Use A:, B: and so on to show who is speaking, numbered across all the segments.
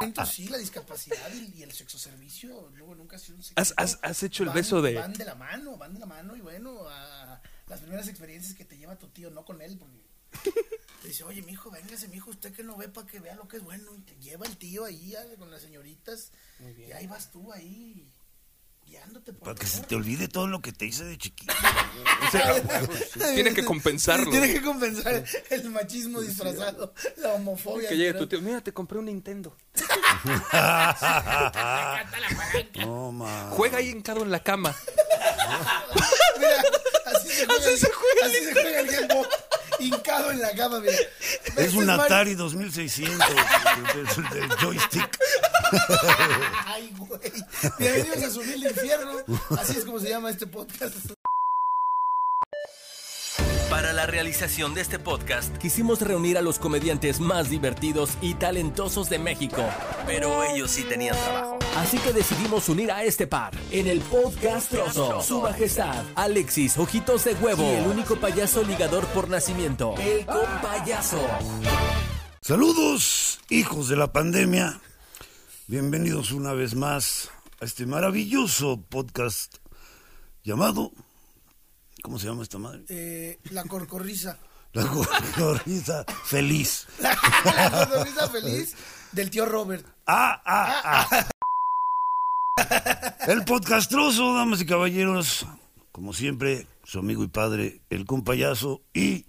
A: momento sí, la discapacidad y, y el sexo servicio luego nunca ha sido un secreto.
B: ¿Has, has- has hecho el
A: Van-
B: beso de.
A: Van de la mano, van de la mano y bueno, a las primeras experiencias que te lleva tu tío, no con él, porque te dice, oye, mijo, véngase, mijo, usted que no ve para que vea lo que es bueno. Y te lleva el tío ahí a- con las señoritas y ahí vas tú ahí guiándote. Por
C: Para que
A: la
C: se
A: torre.
C: te olvide todo lo que te hice de chiquito.
B: o sea, tiene que compensarlo.
A: Tiene que compensar el machismo disfrazado, la homofobia.
B: Que llegue tu
A: literal.
B: tío. Mira, te compré un Nintendo.
C: No, ma.
B: Juega ahí hincado en la cama.
A: Mira, así se juega,
B: Así
A: el,
B: se juega
A: así se juega el Game Boy, hincado en la cama, mira.
C: Es
A: Este
C: un
A: Mario-
C: Atari 2600 el del joystick.
A: Ay, güey. Bienvenidos a Subir el Infierno. Así es como se llama este podcast.
D: Para la realización de este podcast, quisimos reunir a los comediantes más divertidos y talentosos de México. Pero ellos sí tenían trabajo. Así que decidimos unir a este par en el podcast Trozo. Su majestad, Alexis Ojitos de Huevo. Y el único payaso ligador por nacimiento, el compayaso.
C: Saludos, hijos de la pandemia. Bienvenidos una vez más a este maravilloso podcast llamado. ¿Cómo se llama esta madre?
A: Eh, la corcorrisa.
C: La gorrita feliz.
A: La, la corcorrisa feliz del tío Robert.
C: Ah, ah, ah. El podcastroso, damas y caballeros. Como siempre, su amigo y padre, el compayazo y.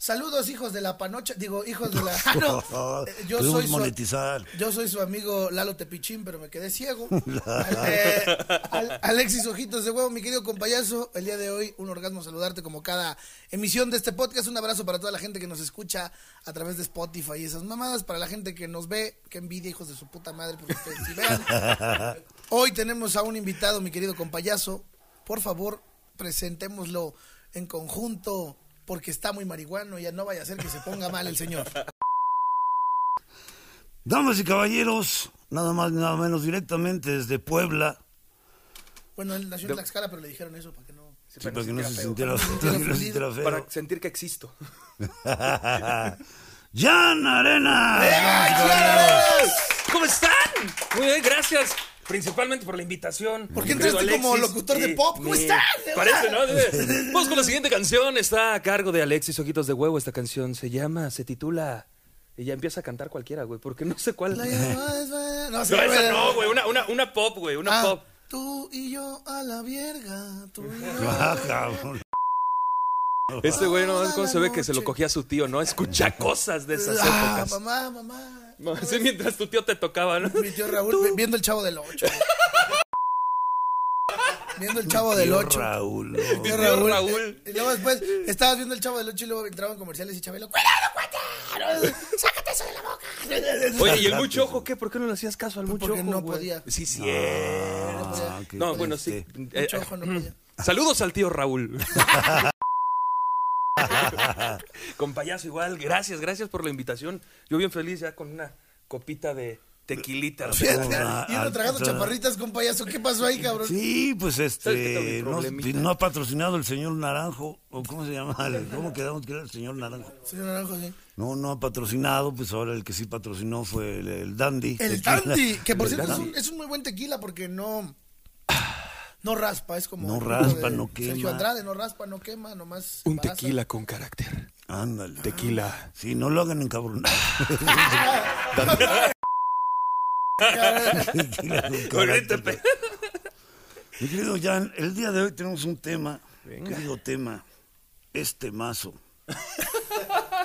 A: Saludos, hijos de la panocha. Digo, hijos de la. Ah, no. Eh, Yo
C: Queremos
A: soy su,
C: monetizar.
A: Yo soy su amigo Lalo Tepichín, pero me quedé ciego. Al- eh, al- Alexis Ojitos de Huevo, mi querido compayazo. El día de hoy, un orgasmo saludarte como cada emisión de este podcast. Un abrazo para toda la gente que nos escucha a través de Spotify y esas mamadas. Para la gente que nos ve, que envidia, hijos de su puta madre, porque ustedes sí vean. Hoy tenemos a un invitado, mi querido compayazo. Por favor, presentémoslo en conjunto. Porque está muy marihuano, ya no vaya a ser que se ponga mal el señor.
C: Damas y caballeros, nada más, nada menos directamente desde Puebla.
A: Bueno, él nació en Tlaxcala, pero le dijeron eso para que no.
C: Sí, para que no se sintiera,
A: sintiera
C: para que no se sintiera
B: Para
C: feo.
B: sentir que existo.
C: ¡Jan Arena!
A: ¡Eh!
B: ¿Cómo están? Muy bien, gracias. Principalmente por la invitación.
A: ¿Por qué entraste
B: Querido
A: como locutor de pop? ¿Cómo están?
B: Parece, ¿no? Vamos con la siguiente canción. Está a cargo de Alexis Ojitos de Huevo. Esta canción se llama, se titula. Y ya empieza a cantar cualquiera, güey, porque no sé cuál.
A: La
B: No,
A: llamada es buena. No, sí,
B: esa no, güey. Una, una, una pop, güey. Una
A: Ah,
B: pop.
A: Tú y yo a la verga. Tú y yo.
C: Ah, cabrón.
B: Este güey no
A: Toda
B: cómo se
A: Ah, la
B: ve que se lo
A: noche.
B: cogía a su tío, ¿no? Escucha cosas de esas
A: Ah,
B: épocas.
A: mamá, mamá.
B: No, Así mientras tu tío te tocaba, ¿no?
A: Mi tío Raúl vi- viendo el chavo del 8. viendo el chavo del
C: Tío
A: 8.
C: Raúl. no.
A: Tío
B: Raúl.
A: Raúl. Y luego después estabas viendo el chavo del 8 y luego entraban comerciales y Chabelo. ¡Cuidado, cuate! ¡No! ¡Sácate eso de la boca!
B: Oye, ¿y el mucho ojo qué? ¿Por qué no le hacías caso al mucho
A: Pues porque
B: ojo,
A: no
B: güey?
A: podía.
B: Sí, sí.
C: Ah, qué
B: No, bueno, sí.
C: triste.
B: Eh,
A: Mucho ojo, no podía.
B: Saludos al tío Raúl. con payaso igual. Gracias, gracias por la invitación. Yo bien feliz ya con una copita de tequilita.
C: Hola,
A: Y uno tragando
B: ah,
C: Alta.
A: chaparritas con payaso. ¿Qué pasó ahí, cabrón?
C: Sí, pues
B: ¿Sabes qué? Tengo
C: este.
B: mi
C: No,
B: problemita.
C: no ha patrocinado el señor Naranjo. ¿O cómo se llama? El- ¿Cómo quedamos que era el señor Naranjo?
A: Señor Naranjo, sí.
C: No, no ha patrocinado. Pues ahora el que sí patrocinó fue el, el Dandy.
A: El
C: Tequila.
A: Tanti, que por
C: El
A: cierto es
C: Dandy.
A: un, es un muy buen tequila porque no no raspa, es como
C: No
A: el
C: raspa,
A: de
C: no
A: Sergio
C: quema.
A: Andrade no raspa, no quema, nomás
B: Un
A: embaraza.
B: tequila con carácter.
C: Ándale.
B: Tequila.
C: Sí, no lo hagan encabronar. Tequila con
B: este
C: carácter. Mi querido Jan, el día de hoy tenemos un tema. Querido tema. Este mazo.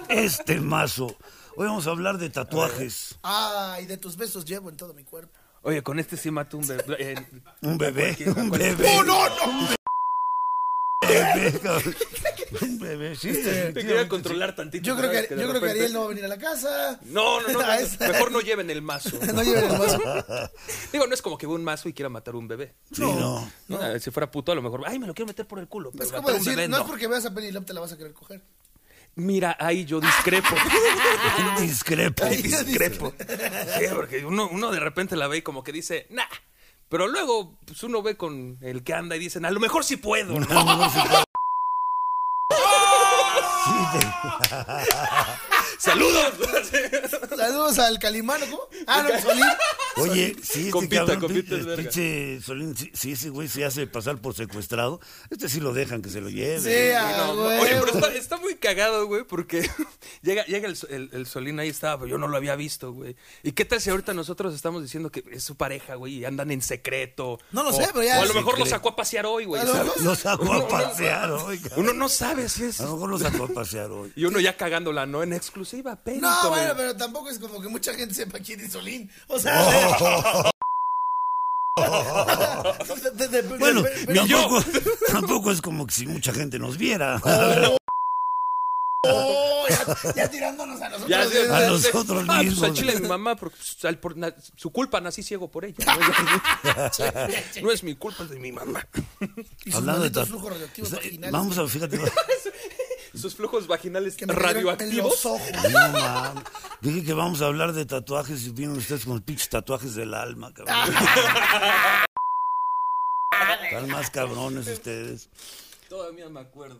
C: Este mazo. Hoy vamos a hablar de tatuajes.
A: Ay, de tus besos llevo en todo mi cuerpo.
B: Oye, con este sí mato un bebé. eh,
C: Un bebé,
B: cualquiera,
C: un
B: cualquiera. ¡Oh,
C: bebé.
A: ¡Oh, ¡No, no, no!
C: Un bebé, cabrón. Un bebé, sí.
B: Este, Te quería controlar tantito.
A: Yo creo
B: ¿sabes?
A: que
B: de
A: yo creo que
B: repente-
A: Ariel no va a venir a la casa.
B: No, no, no,
A: A
B: no,
A: esa-
B: Mejor no lleven el mazo.
A: No lleven el mazo.
B: Digo, no es como que ve un mazo y quiera matar un bebé.
C: Sí, no.
B: Mira, Si fuera puto, a lo mejor, ay, me lo quiero meter por el culo. Pero
A: Es como
B: matar un
A: decir,
B: bebé,
A: no es
B: no.
A: porque veas a Penelope te la vas a querer coger.
B: Mira, ahí yo discrepo. Ah.
C: Discrepo.
B: Ahí discrepo. Sí, porque uno, uno de repente la ve y como que dice, nah. Pero luego pues, uno ve con el que anda y dicen, a lo mejor sí puedo. ¿no?
C: Sí, de-
B: ¡Saludos!
A: Saludos al Calimano, ¿cómo? Aaron Solín.
C: Oye, sí, este
B: Compita,
C: cabrón,
B: compita es
C: pinche-
B: verga.
C: pinche Solín, sí, sí, ese güey se hace pasar por secuestrado. Este sí lo dejan que se lo lleve.
A: Sí, ah, a
B: No,
A: huevo.
B: oye, pero está, está muy cagado, güey, porque llega, llega el, el- el Solín ahí estaba, pero yo no lo había visto, güey. ¿Y qué tal si ahorita nosotros estamos diciendo que es su pareja, güey, y andan en secreto?
A: No lo
B: O-
A: sé, pero ya-
B: O a lo mejor lo
C: Secreto.
B: sacó a pasear hoy, güey.
A: A lo
B: ¿sabes?
A: mejor-
C: Los sacó a pasear, oiga.
B: Uno no sabe si es.
C: A lo mejor los sacó a pasear hoy.
B: Y uno ya cagándola, ¿no? En exclusiva, pero.
A: No,
B: con el-
A: bueno, pero tampoco es como que mucha gente sepa quién es Solín. O sea. de- de- de- de-
C: Bueno,
A: de- de-
C: tampoco, tampoco es como que si mucha gente nos viera.
A: Oh, ya, ya tirándonos a nosotros.
B: Ya, sí,
A: ¿eh?
B: sí,
C: a
B: sí.
C: nosotros
B: Ah, pues
C: mismos.
B: al chile de mi mamá, por, al- por na- su culpa nací ciego por ella. ¿no? No es mi culpa, es de mi mamá.
A: Y sus malditos flujos radioactivos
C: está-
A: vaginales
C: Vamos a fíjate.
B: Sus flujos vaginales
A: que me cayeron en los
B: radioactivos.
A: ojos.
C: No, mames. Dije que vamos a hablar de tatuajes y vienen ustedes con los pinches tatuajes del alma, cabrón. Están más cabrones ustedes.
B: Todavía me acuerdo.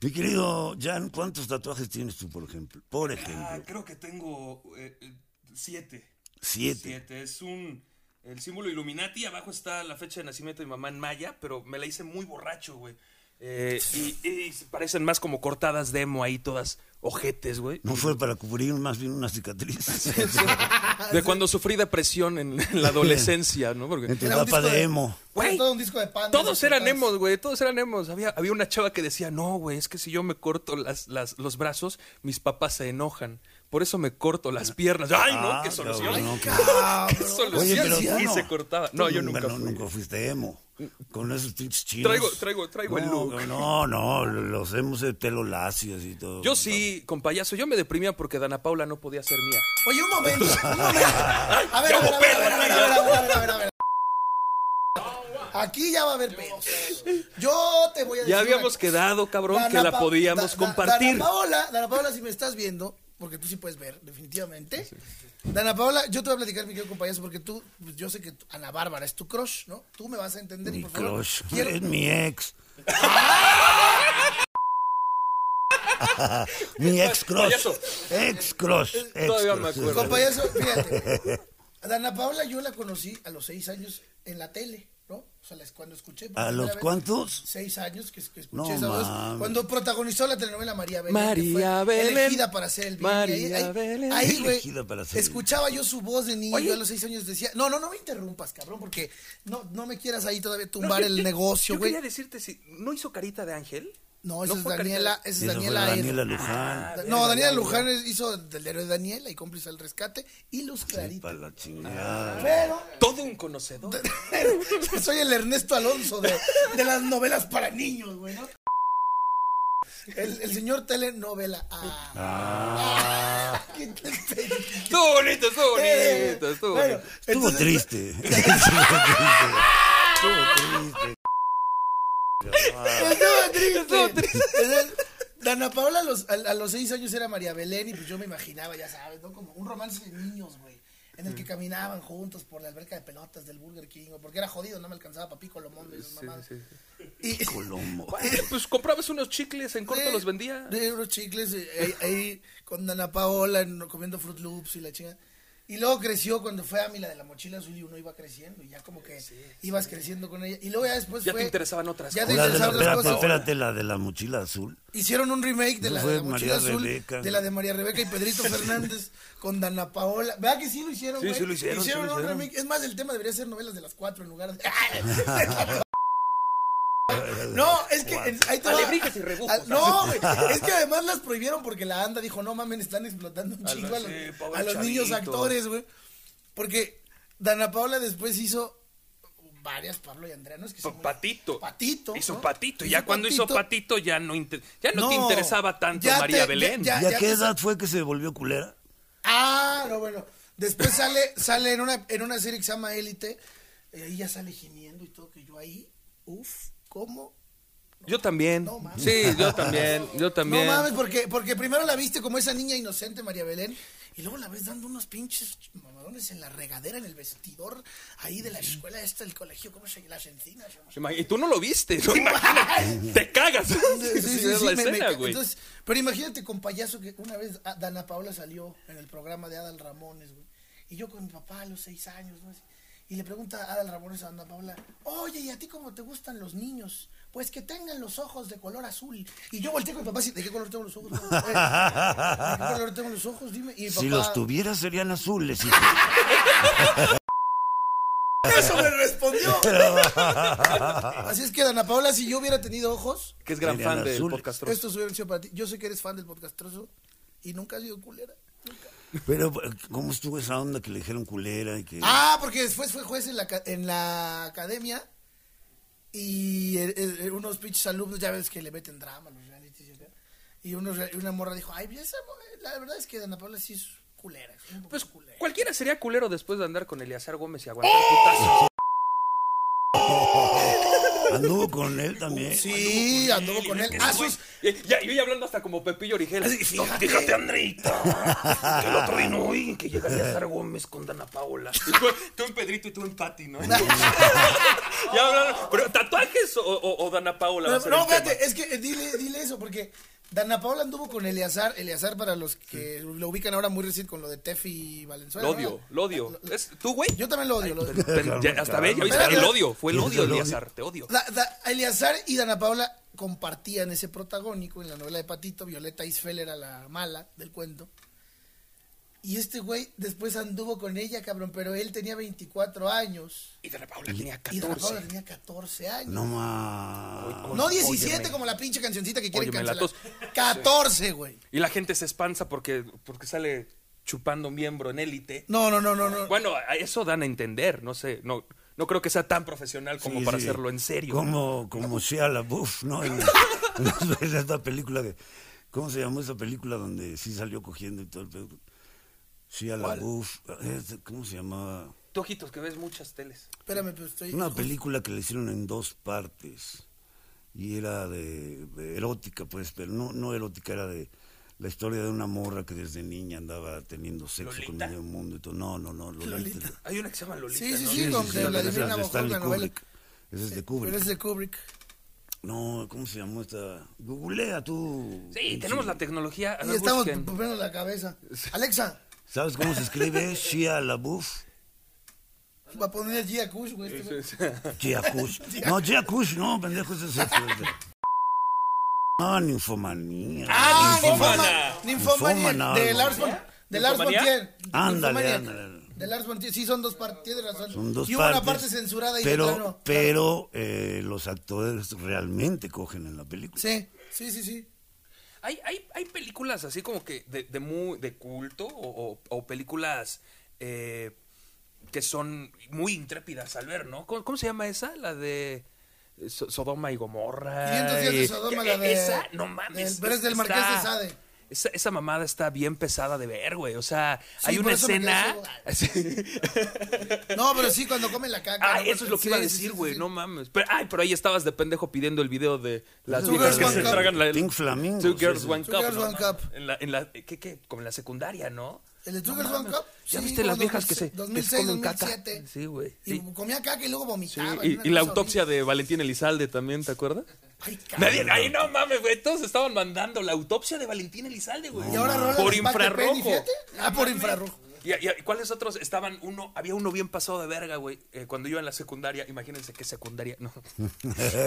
C: Mi querido Jan, ¿cuántos tatuajes tienes tú, por ejemplo? Por
B: Ah,
C: ejemplo,
B: creo que tengo eh, eh, siete.
C: siete.
B: Siete. Es un. El símbolo Illuminati. Abajo está la fecha de nacimiento de mi mamá en maya, pero me la hice muy borracho, güey. Eh, y, y parecen más como cortadas demo ahí, todas ojetes, güey.
C: No fue para cubrir más bien una cicatriz.
B: De cuando sufrí depresión en, en la adolescencia, ¿no? Porque.
C: En tu
A: Era un
C: etapa
A: disco
C: de
A: de-
C: emo.
B: Güey,
A: Todo un disco de pan.
B: Todos eran emos, güey, todos eran emos. Había, había una chava que decía, no, güey, es que si yo me corto las, las- los brazos, mis papás se enojan. Por eso me corto las piernas. ¡Ay, no!
C: Ah,
B: ¡Qué solución!
C: cabrón, no,
A: Ah,
B: ¡Qué solución!
C: Oye, pero tú
B: y
C: no.
B: se cortaba. No,
C: Tú
B: yo nunca fui.
C: nunca fuiste emo. Con esos pinches chinos.
B: Traigo- traigo- traigo el
C: No,
B: look.
C: No, no, los emos de pelo lacios y todo.
B: Yo sí, con payaso, yo me deprimía porque Dana Paula no podía ser mía.
A: Oye, un momento. Un momento. A ver, a ver, a ver, a ver, a ver, a ver, a ver, a ver, a ver. Aquí ya va a haber pedos. Yo te voy a decir.
B: Ya habíamos
A: una-
B: quedado, cabrón,
A: Dana
B: que la
A: Pa-
B: podíamos
A: Da- Da-
B: compartir.
A: Dana Paola, Dana Paola, si me estás viendo, porque tú sí puedes ver, definitivamente. Dana Paola, yo te voy a platicar, mi querido compañero, porque tú, pues, yo sé que tú- Ana Bárbara es tu crush, ¿no? Tú me vas a entender. y
C: Mi
A: por favor,
C: crush.
A: quiero-
C: Es mi ex. mi ex crush.
B: Payaso.
C: Ex crush. ex
B: Todavía me
C: crush.
B: acuerdo.
A: Compayazo, fíjate. A Dana Paola yo la conocí a los seis años en la tele, ¿no? O sea, la- cuando escuché. por
C: ¿A
A: primera
C: los
A: vez,
C: cuántos?
A: Seis años que, que escuché
C: No
A: esa voz.
C: mames.
A: Cuando protagonizó la telenovela María Belén. que
B: María
A: fue
B: Belén.
A: Elegida para ser el bien.
B: María
A: ahí, ahí-
B: Belén.
A: Ahí, güey.
C: Elegida para ser el
A: Escuchaba yo su voz de niño. Yo a los seis años decía. No, no, no me interrumpas, cabrón, porque no, no me quieras ahí todavía tumbar
B: No, yo-
A: el
B: yo-
A: negocio,
B: Yo
A: güey.
B: quería decirte si no hizo carita de ángel.
A: No, esa es
B: fue carita de-
A: Daniela. Esa
C: Eso
A: es
C: fue
A: Daniela. Ah, R.
C: Daniela
B: Ah,
C: Luján.
A: Da- No, Daniela Luján es- hizo del héroe de Daniela y cómplice al rescate y Luz Clarita.
C: Para la chingada.
A: Pero
B: Todo un conocedor.
A: Soy el Ernesto Alonso de, de las novelas para niños, güey, ¿no? El, el señor telenovela. Ah. Qué triste.
B: Estuvo bonito, Ah. estuvo bonito,
A: Eh,
B: estuvo
A: Bueno,
B: bonito.
C: Estuvo
A: entonces-
C: triste. Estuvo triste. Estuvo triste.
A: Estuvo triste.
B: Estuvo triste.
A: Entonces, Dana Paola a los, a, a los seis años era María Belén y pues yo me imaginaba, ya sabes, ¿no? Como un romance de niños, güey. En
B: Mm.
A: el que caminaban juntos por la alberca de pelotas del Burger King, o porque era jodido, no me alcanzaba papi Colomón y sus mamadas. Y-
C: Colombo.
B: Eh, Pues comprabas unos chicles, en corto
A: Sí,
B: los vendía.
A: de unos chicles eh, ahí, ahí con Ana Paola en- comiendo Fruit Loops y la chinga. Y luego creció cuando fue a mí la de la mochila azul y uno iba creciendo y ya como que ibas creciendo con ella. Y luego ya después
B: Ya te
A: fue...
B: interesaban otras
A: ya te
B: cosas.
C: La de la,
A: interesaban otras
C: espérate,
A: cosas.
C: espérate, la de la mochila azul.
A: Hicieron un remake de
C: No
A: la,
C: fue
A: de la mochila
C: María
A: azul,
C: Rebeca.
A: de la de María Rebeca y Pedrito Fernández con Dana Paola. ¿Verdad que sí lo hicieron?
B: Sí,
A: güey?
B: sí lo hicieron, sí
A: Hicieron
B: lo
A: un
B: hicieron.
A: remake. Es más, el tema debería ser novelas de las cuatro en lugar de... No, es que en- ahí te va.
B: Alebrijes y rebujos.
A: Al- No, güey, es que además las prohibieron porque la ANDA dijo, no mamen, están explotando un
B: A
A: chingo
B: los-
A: a los,
B: sí, pobre
A: a los niños
B: chavito.
A: actores, güey. Porque Dana Paola después hizo varias Pablo y Andrea, ¿no? Es que
B: Pa-
A: son-
B: Patito.
A: Pues, Patito.
B: Hizo
A: ¿no?
B: patito. Ya cuando hizo patito, ya no, inter- ya no, te
A: No,
B: interesaba tanto
A: ya
B: María
A: te-
B: Belén.
A: Ah, ya-
C: ¿Y a qué
A: te-
C: edad fue que se volvió culera?
A: Ah, no, bueno. Después sale, sale en una, en una serie que se eh, llama Élite, y ahí ya sale gimiendo y todo, que yo ahí, uff, ¿cómo
B: Yo también. sí, yo también. Yo también.
A: No mames, porque, porque primero la viste como esa niña inocente, María Belén, y luego la ves dando unos pinches mamadones en la regadera, en el vestidor, ahí de la escuela esta, del colegio, ¿cómo se llama? Las encinas. yo no sé.
B: Y tú no lo viste. ¿no? Imagínate, te cagas.
A: Sí, sí,
B: es
A: sí,
B: la
A: me- me
B: escena,
A: ca-
B: güey.
A: entonces, pero imagínate con payaso que una vez ah, Dana Paula salió en el programa de Adal Ramones, güey. Y yo con mi papá a los seis años, ¿no? Así. Y le pregunta a Adal Ramones a Dana Paula, oye, ¿y a ti cómo te gustan los niños? Pues que tengan los ojos de color azul. Y yo volteé con mi papá así, ¿de qué color tengo los ojos? papá? Eh, ¿De qué color tengo los ojos? Dime. Y mi papá,
C: Si los tuviera serían azules. hijo.
A: Eso me respondió. así es que Dana Paula, si yo hubiera tenido ojos,
B: Que es gran
C: Serían
B: fan del
C: azules.
B: podcast.
A: estos hubieran sido para ti. Yo sé que eres fan del podcastroso y nunca has sido culera.
C: Pero, ¿cómo estuvo esa onda que le dijeron culera? Y que...
A: Ah, porque después fue juez en la, ca- en la academia y eh, eh, unos pinches alumnos, ya ves que le meten drama a los realities y acá. Y unos re- una morra dijo, ay, esa mo- la verdad es que Dana Paula sí es culera. es un poco
B: Pues
A: culera".
B: cualquiera sería culero después de andar con Eleazar Gómez y aguantar putazos.
C: Anduvo con él también.
A: sí, anduvo con él. Ah, sus-
B: Eh, ya, yo ya hablando hasta como Pepillo Origel.
A: fíjate.
B: Fíjate, Andreita. que el otro vino hoy que llega Eleazar Gómez con Dana Paola. Y tú, tú en Pedrito y tú en Pati, ¿no? ya hablaron. Pero, ¿tatuajes o, o- o Dana Paola? va a
A: No,
B: ser
A: no,
B: el tema?
A: espérate, es que eh, dile, dile eso, porque Dana Paola anduvo con Eleazar. Eleazar, para los que lo ubican ahora muy recién con lo de Tefi y Valenzuela.
B: Lo
A: ¿no?
B: odio, lo odio. ¿Es ¿Tú, güey?
A: Yo también lo odio. lo odio.
B: Pero ya,
C: Caramba,
B: hasta ve, ya viste,
C: caramba.
B: el
A: Espérate.
B: odio, fue el odio de Eleazar, te odio.
A: Da- da- Eleazar y Dana Paula compartían ese protagónico en la novela de Patito. Violeta Isfel era la mala del cuento. Y este güey después anduvo con ella, cabrón, pero él tenía 24 años.
B: Y Dana Paola tenía
A: Y Dana
B: 14.
A: Paula tenía 14 años.
C: No
A: No,
C: más.
A: 17
B: Óyeme.
A: como la pinche cancioncita que quieren
B: Óyeme, la
A: cancelar. 14, güey.
B: Y la gente se espanza porque, porque sale chupando un miembro en élite.
A: No, no, no, no, no.
B: Bueno, a- eso dan a entender, no sé, no, no creo que sea tan profesional como
C: Sí,
B: para
C: sí.
B: hacerlo en serio.
C: Como, como sea la buff, ¿no? En, en esta película de. ¿Cómo se llamó esa película donde sí salió cogiendo y todo el pedo? Sea la buff. es- ¿Cómo se llamaba?
B: Tú, ojitos, que ves muchas teles.
A: Espérame, pero estoy.
C: Una película que le hicieron en dos partes. Y era de, de erótica, pues, pero no, no erótica, era de la historia de una morra que desde niña andaba teniendo sexo con
B: Lolita.
C: medio mundo y todo. No, no, no, Lolita.
A: Lolita.
B: Hay una que se llama Lolita.
A: Sí, sí,
B: ¿no?
A: sí,
C: Sí,
A: con
C: sí, sí, esa
A: Vladimir
C: es de
A: Nabokov, la
C: Stanley
A: novela.
C: Kubrick. Esa es de
A: Pero
C: Kubrick.
A: es de Kubrick.
C: No, ¿cómo se llamó esta? Googlea tú.
B: Sí, tenemos la tecnología. a
A: Y
B: ver,
A: estamos
B: busquen.
A: poniendo la cabeza. Alexa,
C: ¿Sabes cómo se escribe? Shia LaBeouf.
A: va a poner Gia Kush, güey. este güey.
C: Gia Kush. No, Gia Kush, no, pendejo, ese es otro. ese. Ah, ninfomanía.
A: Ah,
B: Ninfómana.
A: Ninfómana.
C: Ninfómana,
A: de
C: no.
A: Lars von, de Lars von
B: ¿Ninfomanía?
A: Trier.
C: Ándale,
A: Ninfómana.
C: ándale.
A: De Lars von Trier. Sí, son dos partes, tiene razón.
C: Son dos
A: y hubo
C: partes.
A: una parte censurada y
C: pero,
A: otra no.
C: Pero eh, los actores realmente cogen en la película.
A: Sí, sí, sí, sí.
B: Hay, hay, hay películas así como que de, de, muy, de culto o, o- o películas eh, que son muy intrépidas al ver, ¿no? ¿Cómo, cómo se llama esa? La de eh, So- Sodoma y Gomorra.
A: 500 días de
B: y-
A: Sodoma,
B: que-
A: la de-
B: Esa, no mames.
A: del- pero es del Marqués de Sade.
B: Esa, esa mamada está bien pesada de ver, güey. O sea, hay
A: por
B: una
A: eso me quedé "Ah,
B: escena.
A: No, pero sí, cuando comen la caca.
B: Ay,
A: ¿no?
B: Ah, eso es lo que
A: Sí,
B: iba a
A: sí, sí,
B: decir,
A: sí,
B: güey.
A: sí.
B: No mames. Pero, ay, pero ahí estabas de pendejo pidiendo el video de las
C: Two
B: viejas
A: Girls,
B: que
A: One
B: se
A: Cup.
B: tragan la.
C: Pink Flamingos,
B: Two Girls,
C: sí, sí.
B: One
A: Two
B: Cup.
A: Girls,
B: no
A: One
B: mames.
A: Cup.
B: En la, en la, ¿qué, qué? Como en la secundaria, ¿no?
A: ¿El de Tucker One Cup?
B: ¿Ya
A: Sí,
B: viste las
A: como
B: viejas que se
A: 2006,
B: que se comen caca?
A: 2007.
B: Sí, güey.
A: Y
B: Sí.
A: comía caca y luego
B: Sí,
A: vomitaba.
B: y, y la autopsia de Valentín Elizalde también, ¿te acuerdas?
A: Ay, cabrón.
B: Nadie, ay, no mames, güey. Todos estaban mandando la autopsia de Valentín Elizalde, güey.
A: Y ahora rolas
B: por
A: de Pac de Penny,
B: infrarrojo.
A: fíjate. Ah, por infrarrojo.
B: ¿Y, y- y cuáles otros estaban? Uno, había uno bien pasado de verga, güey. eh, cuando yo en la secundaria, imagínense qué secundaria, no.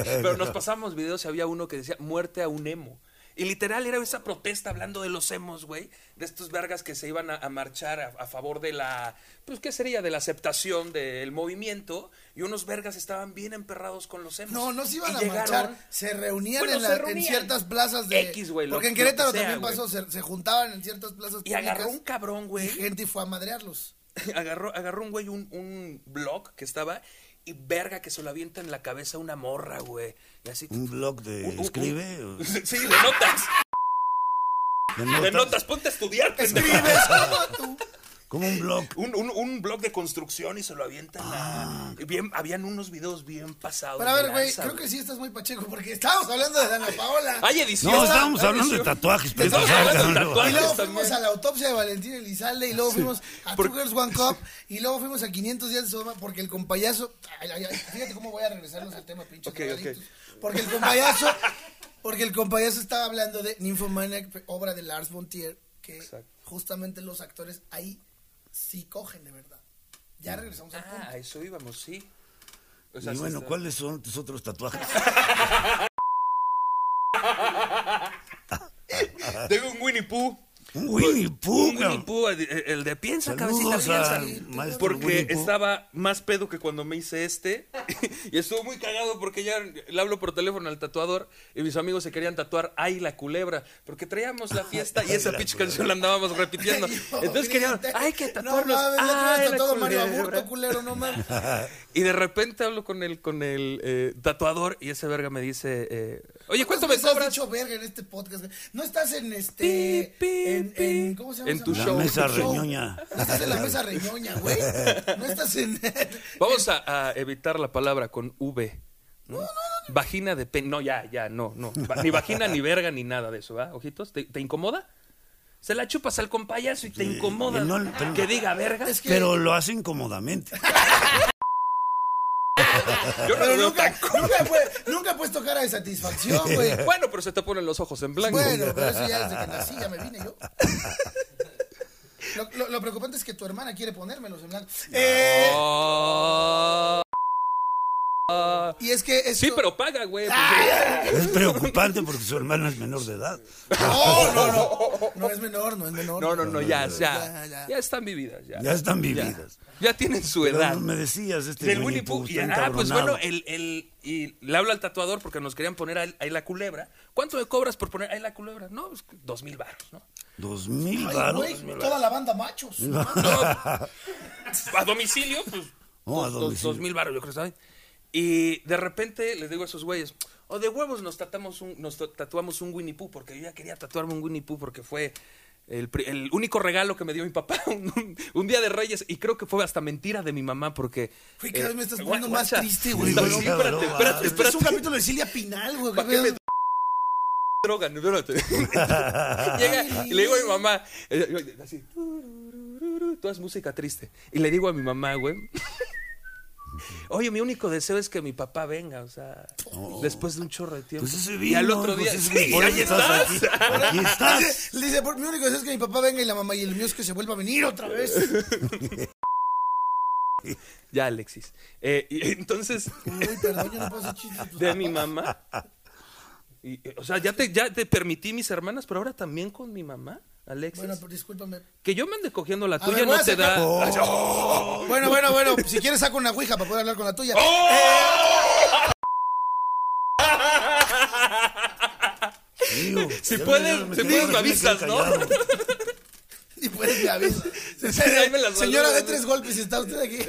B: Pero nos pasamos videos y había uno que decía muerte a un emo. Y literal era esa protesta hablando de los emos, güey, de estos vergas que se iban a, a marchar a, a favor de la, pues, ¿qué sería? De la aceptación del movimiento. Y unos vergas estaban bien emperrados con los emos.
A: No, no se iban
B: Y
A: a
B: llegaron-
A: marchar. Se reunían,
B: Bueno,
A: en, la-
B: se
A: en
B: reunían.
A: ciertas plazas de.
B: X, güey, lo-
A: porque en
B: lo que
A: Querétaro
B: sea,
A: también
B: güey.
A: pasó. Se, se juntaban en ciertas plazas.
B: Y agarró un
A: públicas
B: cabrón, güey.
A: Y gente y fue a madrearlos.
B: agarró, agarró un güey un, un blog que estaba y verga que se lo avienta en la cabeza una morra, güey. Y así.
A: Mm.
C: Un blog de
B: Un- un-
C: escribe. o-
B: Sí, de notas.
C: de
B: De
C: notas.
B: notas, ponte a estudiar, pendejo.
A: Escribes como tú.
C: Como un blog.
B: Un, un, un blog de construcción y se lo avientan
C: Ah.
B: a- Bien, habían unos videos bien pasados.
A: Pero a
B: de
A: ver, güey,
B: lanza,
A: creo que sí estás muy pacheco porque estábamos hablando de Dana Paola.
B: Hay edición.
C: No,
B: Está-
C: estábamos
B: hay
C: hablando de
B: edición.
C: tatuajes, pero
B: Estamos
C: ¿sabes?
B: hablando de
A: Y
B: tatuajes.
A: luego
B: también.
A: fuimos a la autopsia de Valentín Elizalde y luego fuimos a Two Girls One Cup y luego fuimos a 500 días de Sodoma porque el compayazo... Ay, ay, ay, fíjate cómo voy a regresarlos al tema, pinches
B: Ok, ok.
A: drogadictos. Porque el compayazo... Porque el compayazo estaba hablando de Nymphomaniac, pe- obra de Lars von Trier, que
B: Exacto.
A: justamente los actores ahí sí cogen de verdad. Ya regresamos al punto.
B: Ah, a eso íbamos, sí. O sea,
C: Y
B: sí
C: bueno,
B: está-
C: ¿cuáles son tus otros tatuajes?
B: Tengo un Winnie Pooh.
C: Un Winnie Pooh,
B: Un Winnie
C: cabrón.
B: Pooh, el- el de piensa, cabecita,
C: Saludos
B: piensa.
C: al
A: Ah,
C: maestro Winnie
B: Porque
C: Pooh.
B: estaba más pedo que cuando me hice este. Y estuvo muy cagado porque ya le hablo por teléfono al tatuador y mis amigos se querían tatuar Ay la culebra. Porque traíamos
A: Ah,
B: la fiesta y esa
C: la
B: pinche
C: culebra.
B: canción la andábamos repitiendo. Ah, Entonces querían, hay que
A: No
B: tatuarnos Ah,
A: mames, el otro
B: Ay
A: día
B: la
A: tatuado Mario
B: culebra.
A: Aburto, culero, no mames.
B: Y de repente hablo con el, con el eh, tatuador y ese verga me dice, eh, oye, ¿cuánto me
A: ¿Cuántas veces has
B: cobras?
A: dicho verga en este podcast? güey? No estás en este.
B: Pi, pi,
A: en,
B: pi.
A: en- ¿Cómo se llama?
B: En
A: esa
B: tu
A: madre?
B: show.
A: En
C: La mesa
A: tu show.
C: reñoña.
A: No estás en la mesa reñoña, güey. No estás en.
B: Vamos a, a evitar la palabra con V. ¿no? Vagina de pene. No, ya, ya, no, no. Va- Ni vagina, ni verga, ni nada de eso, ¿verdad? Ojitos, ¿te, te incomoda? Se la chupas al compayazo y te incomoda
C: y no- pero-
B: que diga verga.
A: Es que-
C: Pero lo hace incómodamente.
B: Yo no lo
A: Pero
B: veo
A: nunca,
B: tan
A: nunca, puede- nunca puedes tocar a satisfacción, güey.
B: co- Bueno, pero se te ponen los ojos en blanco.
A: Bueno, pero eso ya desde que nací, ya me vine yo. Lo, lo- lo preocupante es que tu hermana quiere ponérmelos en blanco. Eh,
B: Oh.
A: y es que. Esto...
B: Sí, pero paga, güey. pues,
C: Es preocupante porque su hermana es menor de edad.
A: No, no, no. No es menor, no es menor.
B: No, no, no, ya,
A: Ya,
B: ya.
A: ya.
B: Ya, están vividas, ya.
C: Ya están
B: Ya.
C: vividas.
B: Ya tienen su
C: Pero
B: edad.
C: no me decías este
B: Del Winnie Pooh.
C: está
B: Y, ah, pues
C: encabronado.
B: bueno, el, el, y le hablo al tatuador porque nos querían poner ahí ahí la culebra. ¿Cuánto me cobras por poner ahí la culebra? No, pues, dos mil baros, ¿no?
C: Dos mil
A: Ay,
C: varos.
A: güey, toda la banda machos.
B: A domicilio, pues.
C: No, a
B: dos, dos-
C: domicilio.
B: dos mil baros, yo creo, ¿saben? Y de repente les digo a esos güeyes, o de huevos nos, tratamos un- nos to- tatuamos un Winnie Pooh, porque yo ya quería tatuarme un Winnie Pooh porque fue el, pri- el único regalo que me dio mi papá un, un día de Reyes. Y creo que fue hasta mentira de mi mamá porque. eh,
A: Güey, cada vez me estás poniendo
B: gua-
A: más
B: guacha,
A: triste, güey,
B: está-
A: güey.
B: sí, Espérate, espérate,
A: Este es
B: espérate.
A: un capítulo de Cilia Pinal, güey.
B: ¿Para qué me drogan? Espérate. Llega y le digo a mi mamá, eh, yo- así, tururururu, toda es música triste. Y le digo a mi mamá, güey. Oye, mi único deseo es que mi papá venga, o sea, después de un chorro de tiempo.
C: Oh. Pues ese
B: y
C: vino,
B: al otro
C: pues
B: día,
C: ese-
B: sí,
C: por eso
B: ahí estás.
C: Aquí, aquí
B: Ah.
C: estás.
A: Le dice, por, mi único deseo es que mi papá venga y la mamá y el mío es que se vuelva a venir otra vez.
B: Ya, Alexis. Eh, y entonces,
A: Uy, perdón, yo no puedo hacer chistes. pues.
B: de mi mamá. Y, eh, o sea, ya te, ya te permití mis hermanas, pero ahora también con mi mamá, Alexis.
A: Bueno, pero discúlpame.
B: que yo me ande cogiendo la
A: A
B: tuya
A: ver, voy
B: no
A: a
B: te da.
A: sacar- Bueno, bueno, bueno. Si quieres saco una ouija para poder hablar con la tuya.
B: Oh.
C: Tío,
B: Si
C: ya
B: puedes-
C: me-
B: si puedes, me
C: ya me quedé
B: avisas, ¿no?
C: callado.
A: Y pues me avisa.
B: ahí me las
A: Señora,
B: mandó.
A: de tres golpes y está usted aquí.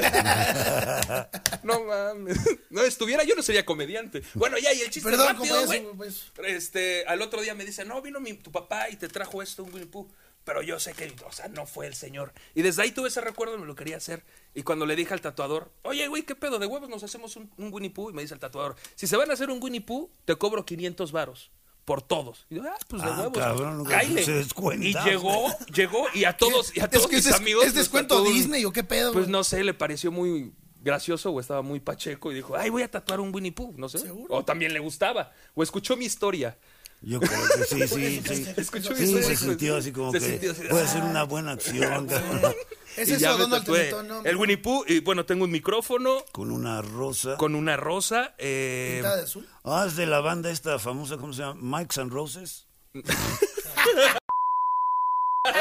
B: No mames. No estuviera, yo no sería comediante. Bueno, ya, y el chiste
A: Perdón,
B: rápido,
A: compañero,
B: güey.
A: pues.
B: Este, al otro día me dice, no, vino mi- tu papá y te trajo esto, un Winnie Pooh. Pero yo sé que, o sea, no fue el señor. Y desde ahí tuve ese recuerdo, me lo quería hacer. Y cuando le dije al tatuador, oye, güey, ¿qué pedo? De huevos nos hacemos un, un Winnie Pooh. Y me dice el tatuador, si se van a hacer un Winnie Pooh, te cobro 500 varos. Por todos. Y yo, ah, pues de
C: Ah,
B: huevos.
C: cabrón, güey,
B: Cáile.
C: se descuenta.
B: Y llegó, llegó, y a todos, y a
A: Es
B: todos
A: que
B: mis
A: es- este
B: amigos.
A: ¿es
B: les
A: descuento
B: tatuó un-
A: Disney o qué pedo,
B: Pues
A: güey?
B: no sé, le pareció muy gracioso o estaba muy pacheco y dijo, ay, voy a tatuar un Winnie Pooh, no sé.
A: Seguro.
B: O también le gustaba. O escuchó mi historia.
C: Yo creo que sí, sí, sí.
B: Escuchó mi
C: Sí,
B: historia.
C: se
B: hijo.
C: sintió así como
B: Se
C: que
B: sintió así, Ah,
C: puede ser una buena acción cabrón.
A: Ese
B: Y
A: es
B: ya me
A: Donald
B: tatué
A: Teletón, ¿no?
B: El Winnie Pooh, y bueno, tengo un micrófono
C: con una rosa.
B: con una rosa. eh,
A: Pintada de azul.
C: Ah, es de la banda esta famosa, ¿cómo se llama? Mike's and Roses.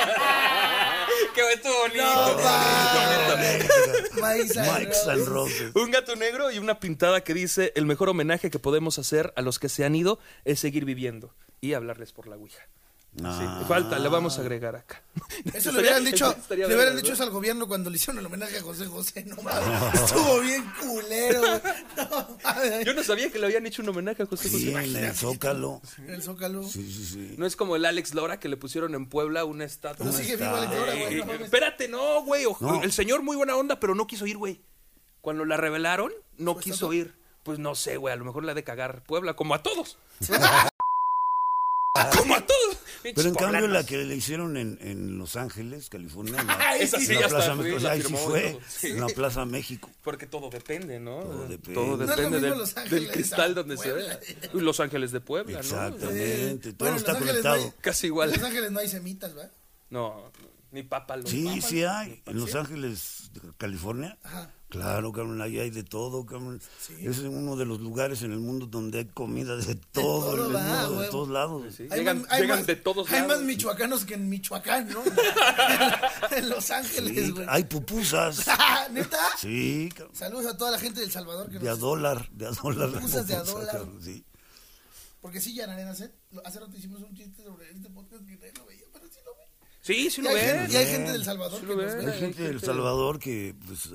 B: ¡Qué estuvo bonito!
A: No, va. Maíz
C: Mike's
A: arroz.
C: and Roses.
B: Un gato negro y una pintada que dice, el mejor homenaje que podemos hacer a los que se han ido es seguir viviendo y hablarles por la Ouija. Sí,
C: Ah,
B: falta, la vamos a agregar acá.
A: Ah. Eso le hubieran
B: Estaría-
A: dicho,
B: estaría
A: le
B: verga,
A: hubieran
B: ¿no?
A: dicho eso al gobierno cuando le hicieron el homenaje a José José, no mames. Estuvo bien culero. güey. No mames.
B: Yo no sabía que le habían hecho un homenaje a José
C: Sí,
B: José.
C: en el Zócalo.
A: En el Zócalo.
C: Sí, sí, sí.
B: No es como el Alex Lora que le pusieron en Puebla una estatua.
A: No sigue vivo Alex Lora, güey.
B: Eh,
A: no mames.
B: espérate, no, güey. o-
C: No.
B: El señor muy buena onda, pero no quiso ir, güey. Cuando la revelaron, no quiso ir. Pues no sé, güey. A lo mejor la ha de cagar Puebla, como a todos. como a todos.
C: Pero en cambio la
B: Poblanos.
C: que le hicieron en, en Los Ángeles, California, en la,
A: Ay,
B: Esa
A: sí.
B: sí
C: en la
B: ya
C: Plaza
B: está. güey,
C: México, o
B: la
C: sea, ahí sí
B: firmó y
C: fue,
B: todo. Sí.
C: en la Plaza México.
B: Porque todo depende, ¿no?
C: Todo depende.
B: Todo
C: No
A: es lo
B: depende
A: mismo
B: del,
A: Los Ángeles
B: del cristal
A: a
B: donde se
A: Puebla.
B: vea. Uy, Los Ángeles de Puebla, ¿no?
C: Exactamente, todo
A: Bueno, en Los
C: está
A: Ángeles no hay-
C: conectado.
B: Casi igual.
A: En Los Ángeles no hay semitas, ¿verdad?
B: No, ni papa lo
C: Sí,
B: papa.
C: sí hay. En Los Ángeles, California.
A: Ajá.
C: Claro, cabrón, ahí hay de todo, cabrón. Es uno de los lugares en el mundo donde hay comida de todo,
A: todo,
C: en el
A: va,
C: mundo, de
A: huevo.
C: todos lados.
B: Sí,
A: Hay
B: Llegan,
A: más- hay
B: llegan
A: más-
B: de todos
A: Hay
B: lados.
A: más michoacanos que en Michoacán, ¿no? en Los Ángeles,
C: Sí,
A: güey.
C: hay pupusas.
A: ¿Neta?
C: Sí, cabrón,
A: Saludos a toda la gente del Salvador que
C: de a
A: nos...
C: dólar, de a dólar. la
A: Pupusas de a
C: pupusa,
A: dólar.
C: cabrón, sí.
A: Porque sí, Yanaren, hace, hace rato hicimos un chiste sobre este podcast que nadie lo veía, pero sí lo ve.
B: Sí, sí
A: Y
B: lo
A: hay,
B: ves.
A: gente, y hay gente del Salvador
B: Sí
A: que
B: lo
A: nos
B: ves.
A: ve.
C: Hay gente del Salvador que, pues,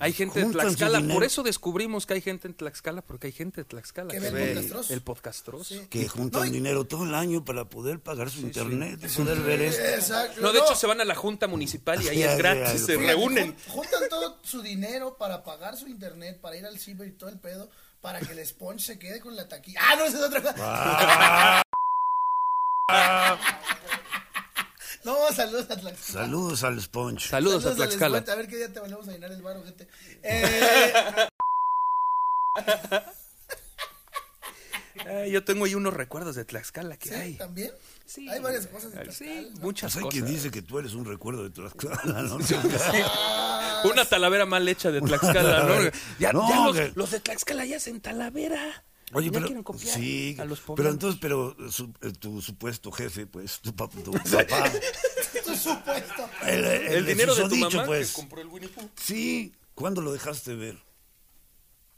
B: Hay gente en
C: Juntan su
B: Tlaxcala,
C: dinero.
B: por eso descubrimos que hay gente en Tlaxcala, porque hay gente en Tlaxcala.
A: Que ve
B: que
A: el
B: ve
A: podcastroso.
B: El podcastroso.
C: que juntan
A: No, y-
C: dinero todo el año para poder pagar su internet, y poder ver esto.
A: Exacto.
B: No, de hecho se van a la junta municipal y ahí
C: Sí,
B: es
C: ahí,
B: gratis,
C: ahí.
B: se
A: Fíjate,
B: reúnen.
A: jun- Juntan todo su dinero para pagar su internet, para ir al ciber y todo el pedo, para que el sponge se quede con la taquilla. Ah, no, esa es otra cosa. No, saludos a Tlaxcala.
C: Saludos al Sponge.
B: Saludos, a
A: al
B: Tlaxcala.
A: Sponge. A ver qué día te volvemos a llenar el bar, gente. Eh,
B: Ay, Eh, yo tengo ahí unos recuerdos de Tlaxcala que
A: ¿sí?
B: hay.
A: ¿También?
B: Sí.
A: Hay varias cosas de
B: Sí,
A: Tlaxcala.
B: muchas
C: Pues hay quien
B: cosas.
C: dice que tú eres un recuerdo de Tlaxcala, ¿no?
B: Una talavera mal hecha de Tlaxcala, ¿no? Ya,
C: No,
B: ya los,
C: que-
B: los de Tlaxcala ya hacen talavera.
C: Oye,
B: Ya
C: pero
B: quieren copiar
C: sí,
B: a los pobres.
C: pero entonces, pero su- eh, tu supuesto jefe, pues, tu, pap- tu papá,
A: Por supuesto.
C: el, el-
B: el,
C: el
B: dinero de tu
C: susodicho,
B: mamá
C: pues,
B: que compró el Winnie Pooh.
C: sí. ¿Cuándo lo dejaste ver?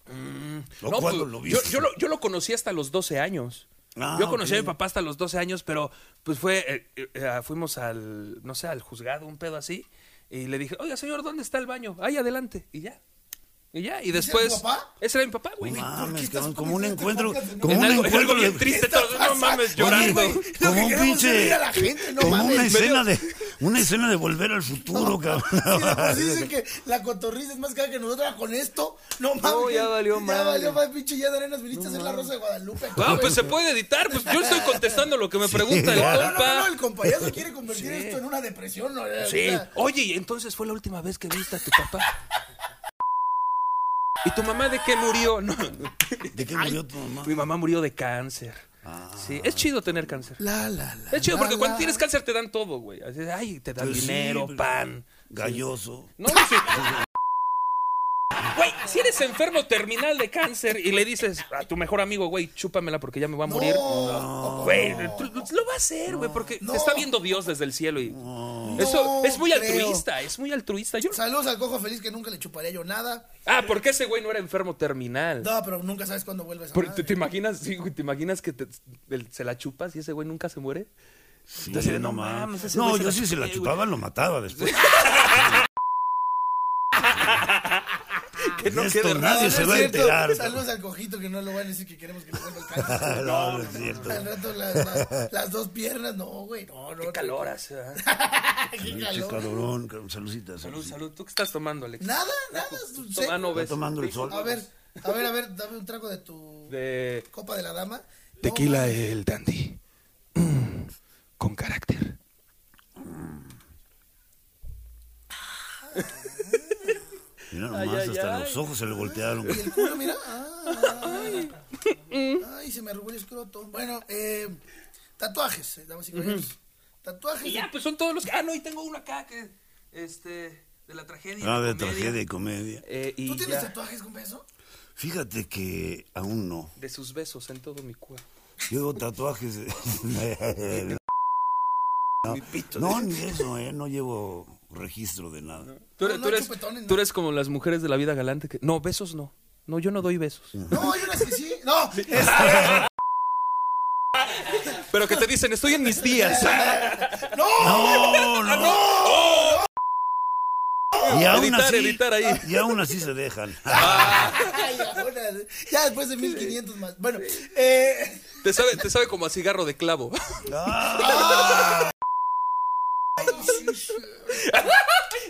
C: ¿O
B: No,
C: cuándo
B: pues,
C: lo
B: yo,
C: viste?
B: yo lo, yo lo conocí hasta los 12 años.
C: Ah,
B: yo conocí a
C: ok.
B: mi papá hasta los 12 años, pero pues fue, eh, eh, eh, fuimos al, no sé, al juzgado, un pedo así, y le dije, oiga señor, ¿dónde está el baño? Ahí adelante, y ya. Y ya, y después...
A: tu papá?
B: Ese era mi papá, güey.
C: No mames,
A: estás
C: cabrón, como un
A: poniendo este
C: encuentro,
A: podcast en
C: como
B: en,
C: un
B: algo, en algo
C: encuentro
B: bien
C: de-
B: triste, todo, no mames,
C: Oye,
B: llorando. pues,
A: Lo que
C: como
A: queremos
C: un
A: es reír
C: pinche,
A: a la gente, no
C: como
A: mames.
C: una
A: Me
C: escena de, una escena de volver al futuro,
A: Sí, de por sí
C: cabrón.
A: dicen que la cotorriza es más cara que nosotros con esto. No mames.
B: ya valió
A: Ya
B: madre.
A: valió más, pinche. Ya de arenas viniste a hacer la rosa de Guadalupe.
B: Ah,
A: güey.
B: pues se puede editar, pues yo estoy contestando lo que me pregunta el
A: No, no, no,
B: compa.
A: no, el compayazo quiere convertir esto en una depresión. ¿no?
B: Sí.
A: Ahorita.
B: Oye, ¿y entonces fue la última vez que viste a tu papá? ¿Y tu mamá de qué murió? No.
C: ¿De qué murió tu mamá?
B: Mi mamá murió de cáncer. Sí, es chido tener cáncer.
A: La, la, la.
B: Es chido porque
A: la,
B: cuando
A: la.
B: tienes cáncer te dan todo, güey. Así, Ay, te dan
C: Pues sí,
B: dinero,
C: pero-
B: pan.
C: Galloso.
B: No, no sé. Güey, si eres enfermo terminal de cáncer y le dices a tu mejor amigo, güey, chúpamela porque ya me va a morir.
A: No.
B: Güey, tú- lo va a hacer, güey, porque
A: No.
B: te está viendo Dios desde el cielo y
A: No
B: eso es muy
A: creo.
B: altruista, es muy altruista. Yo
A: Saludos al cojo feliz que nunca le chuparía yo nada.
B: Ah, porque ese güey no era enfermo terminal.
A: No, pero nunca sabes cuándo vuelves a
B: Pero, ¿te, te imaginas, sí, güey, ¿te imaginas que te- el- se la chupas y ese güey nunca se muere?
C: Sí,
B: Entonces, no
C: no mames.
B: mames, ese
C: No,
B: güey se
C: yo
B: la
C: sí se
B: chupé,
C: la
B: güey.
C: chupaba, lo mataba después.
A: Ah.
B: Que no
C: Esto
B: quede
C: nadie
B: raro.
C: se va a enterar.
A: Saludos al cojito que no lo van a decir que queremos que le vuelva el cáncer.
C: Ah, No, no, es cierto.
A: Al rato la- la- las dos piernas, no, güey, no, no.
B: Qué caloras. ¿eh?
A: Qué
C: Pinche
A: calor.
C: calorón, cabrón, saludcita.
B: Salud,
C: saludcita.
B: salud. ¿Tú qué estás tomando, Alex?
A: Nada, nada.
B: Toma,
A: seco.
B: no ves.
C: Está tomando el sol.
A: A ver, a ver, a ver, dame un trago de tu
B: De
A: copa de la dama. No,
B: tequila el dandy. Mm, con carácter.
C: Mira nomás,
B: ay,
C: hasta
B: ay.
C: los ojos se le voltearon.
A: Y el culo, mira. Ah,
B: Mm.
A: ay, se me arrugó el escroto. Bueno, eh, tatuajes, eh, damas y caballeros. Tatuajes.
B: Y ya, pues son todos los. que- Ah, no, y tengo uno acá que. Este. De la tragedia. la
C: Ah, de
B: comedia.
C: tragedia y comedia.
B: Eh, y
A: ¿Tú tienes
B: ya,
A: tatuajes con beso?
C: Fíjate que aún no.
B: De sus besos en todo mi cuerpo.
C: Llevo tatuajes. de- no, no, ni eso, eh, no llevo registro de nada.
B: Tú,
A: No,
B: eres-
A: no
B: tú eres,
A: chupetones, no.
B: tú eres como las mujeres de la vida galante que. No, besos no. No,
A: Mm.
B: yo no doy besos.
A: No, hay unas que sí. No, este,
B: Pero que te dicen, estoy en mis días.
C: ¡No! ¡No! Y aún
B: Editar,
C: así,
B: editar ahí.
C: Y aún así se dejan.
A: Ay, ahora, ya después de 1500 más. Bueno, eh,
B: Te sabe, te sabe como a cigarro de clavo.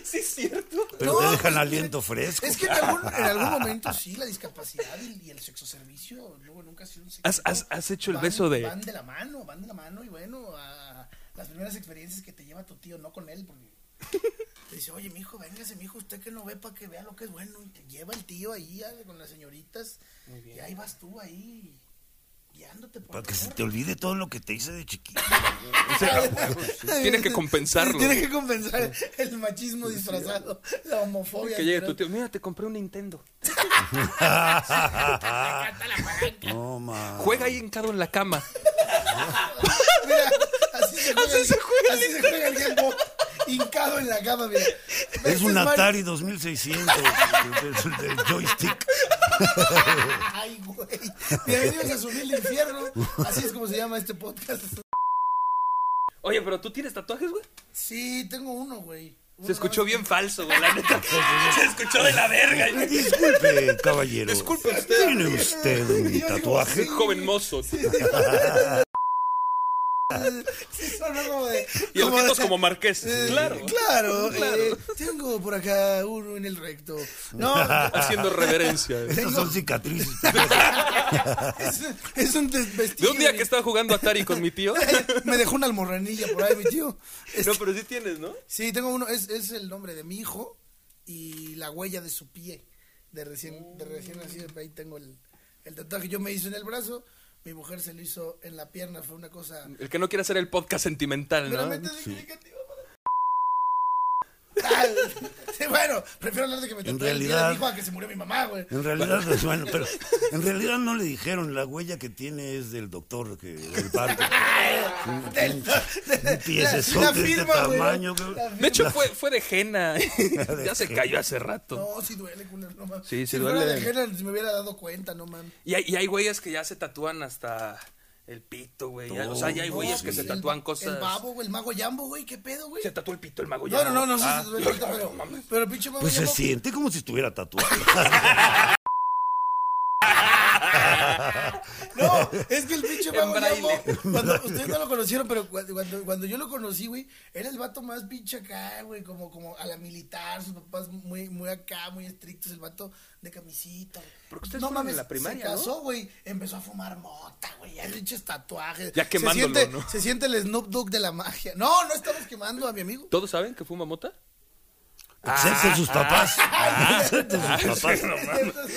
B: sí, es cierto.
C: Pero
A: No,
C: te
A: pues,
C: dejan aliento fresco.
A: es que en algún, en algún momento sí, la discapacidad y, y el sexo servicio luego nunca ha sido un secreto.
B: ¿Has- has- has hecho el
A: Van-
B: beso de-
A: Van de la mano, van de la mano y bueno, a las primeras experiencias que te lleva tu tío, no con él, porque te dice, oye, mijo, véngase, mijo, usted que no ve para que vea lo que es bueno. Y te lleva el tío ahí a- con las señoritas y ahí vas tú ahí guiándote por
C: Para que
A: todo.
C: se te olvide todo lo que te hice de chiquito.
B: Tiene que compensarlo.
A: Tiene que compensar el machismo disfrazado, la homofobia.
B: Que llegue tu
A: asquerosa.
B: tío. Mira, te compré un Nintendo.
C: No, ma.
B: Juega ahí hincado en la cama.
A: Mira, así se juega,
B: Así se juega
A: así se juega el Game Boy, hincado en la cama, mira. Este
C: Es un
A: Mario-
C: Atari 2600. el- el- el joystick.
A: Ay, güey. Bienvenidos a su humilde infierno. Así es como se llama este podcast.
B: Oye, pero tú tienes tatuajes, güey.
A: Sí, tengo uno, güey.
B: Se
A: Uno
B: escuchó
A: nada
B: bien falso, güey. La neta. Se escuchó de la verga.
C: Disculpe, caballero.
B: Disculpe usted.
C: ¿Tiene usted un
A: digo,
C: tatuaje?
B: Joven mozo.
A: más. Sí, sonó como de.
B: Y el
A: de-
B: ojitos como marqués.
A: Eh,
B: Claro.
A: Claro,
B: Claro.
A: eh, tengo por acá uno en el recto. No,
B: Haciendo reverencia. güey.
C: Esas son cicatrices.
A: es, es un des-
B: De
A: vestido.
B: un día que estaba jugando Atari con mi tío.
A: Me dejó una almorranilla por ahí, mi tío. Este,
B: No, pero sí tienes, ¿no?
A: Sí, tengo uno, es, es el nombre de mi hijo y la huella de su pie. De recién, de recién nacido,
C: Mm.
A: ahí tengo el, el tatuaje. Yo me hice en el brazo, mi mujer se lo hizo en la pierna, fue una cosa
C: Mm,
B: El que no quiere hacer el podcast sentimental,
A: meramente
B: ¿no?
A: significativa para- Ah, sí, bueno, prefiero hablar de que me tatué el día de
C: realidad-
A: mi hijo a que se murió mi mamá, güey.
C: En realidad, pues, bueno, pero en realidad no le dijeron. La huella que tiene es del doctor que, del parto. Un-
A: Del-
C: un piezezote
A: la
C: de este
A: firma, güey.
C: tamaño. güey.
A: La
B: De hecho, fue, fue de Jena. Ya se cayó hace rato.
A: No, sí duele, culero, no mames.
B: Sí, sí
A: si fuera
B: duele.
A: de Helen, si me hubiera dado cuenta, no mames.
B: Y hay, y hay güeyes que ya se tatúan hasta el pito, güey. Ya- O sea, ya hay
A: No,
B: güeyes que
A: pues,
B: se
A: el-
B: tatúan cosas.
A: El babo, güey, el mago Yambo, güey, ¿qué pedo, güey?
B: Se tatuó el pito el mago
A: No,
B: ya.
A: no, no, no, sí,
B: Ah.
A: sí, sí, sí, pero, pero el pinche mago
C: Pues se
A: Yambo.
C: siente como si estuviera tatuado.
A: No, es que el pinche
B: En
A: mago
B: braille.
A: Yambo, cuando ustedes no lo conocieron, pero cu- cuando, cuando yo lo conocí, güey, era el vato más pinche acá, güey, como, como a la militar, sus papás muy, muy acá, muy estrictos, el vato de camisita. güey.
B: Porque ustedes fueron en la primaria,
A: se
B: ¿no?
A: casó, güey, empezó a fumar mota, güey, ya pinches tatuajes.
B: Ya quemándolo,
A: se siente,
B: ¿no?
A: Se siente el Snoop Dogg de la magia. No, no estamos quemando a mi amigo.
B: ¿Todos saben que fuma mota? Ah.
C: Excepto sus papás. Excepto sus papás.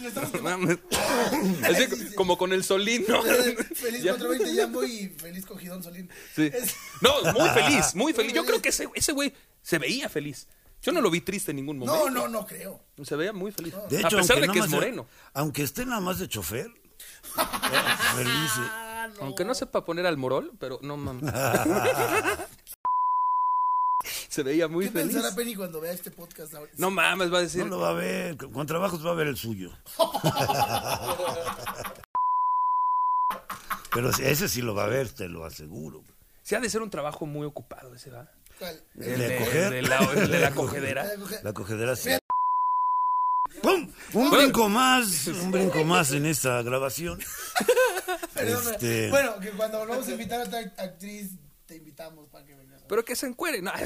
A: Lo estamos
B: No mames. Así
A: sí, sí.
B: como con el solín, ¿no?
A: Feliz
B: Ya.
A: 420 Jambo y feliz cogidón Solín.
B: Sí.
A: Es-
B: No, muy feliz, muy feliz. Yo
A: feliz.
B: creo que ese ese güey se veía feliz. Yo no lo vi triste en ningún momento.
A: No, no, no creo.
B: Se veía muy feliz.
C: De hecho,
B: a pesar
C: aunque
B: de
C: nada
B: que es
C: más sea-
B: moreno.
C: aunque esté nada más de chofer. eh, Feliz.
B: Ah. Aunque no sepa poner al morol, pero no mames. se veía muy
A: ¿Qué
B: feliz.
A: pensará Penny cuando vea este podcast ahora?
B: No mames, va a
C: No
B: decir.
C: lo va a ver. Con trabajos va a ver el suyo. Pero ese sí lo va a ver, te lo aseguro.
B: Se ha de ser un trabajo muy ocupado ese, ¿va?
A: ¿Cuál?
C: El de coger.
B: de la, el de la cogedera.
C: La cogedera sí. ¡Pum! Un brinco más, un brinco más en esta grabación.
A: Perdóname.
C: Este-
A: Bueno, que cuando volvamos a invitar a otra act- actriz, te invitamos para que vengas.
B: Pero que se encuere. No,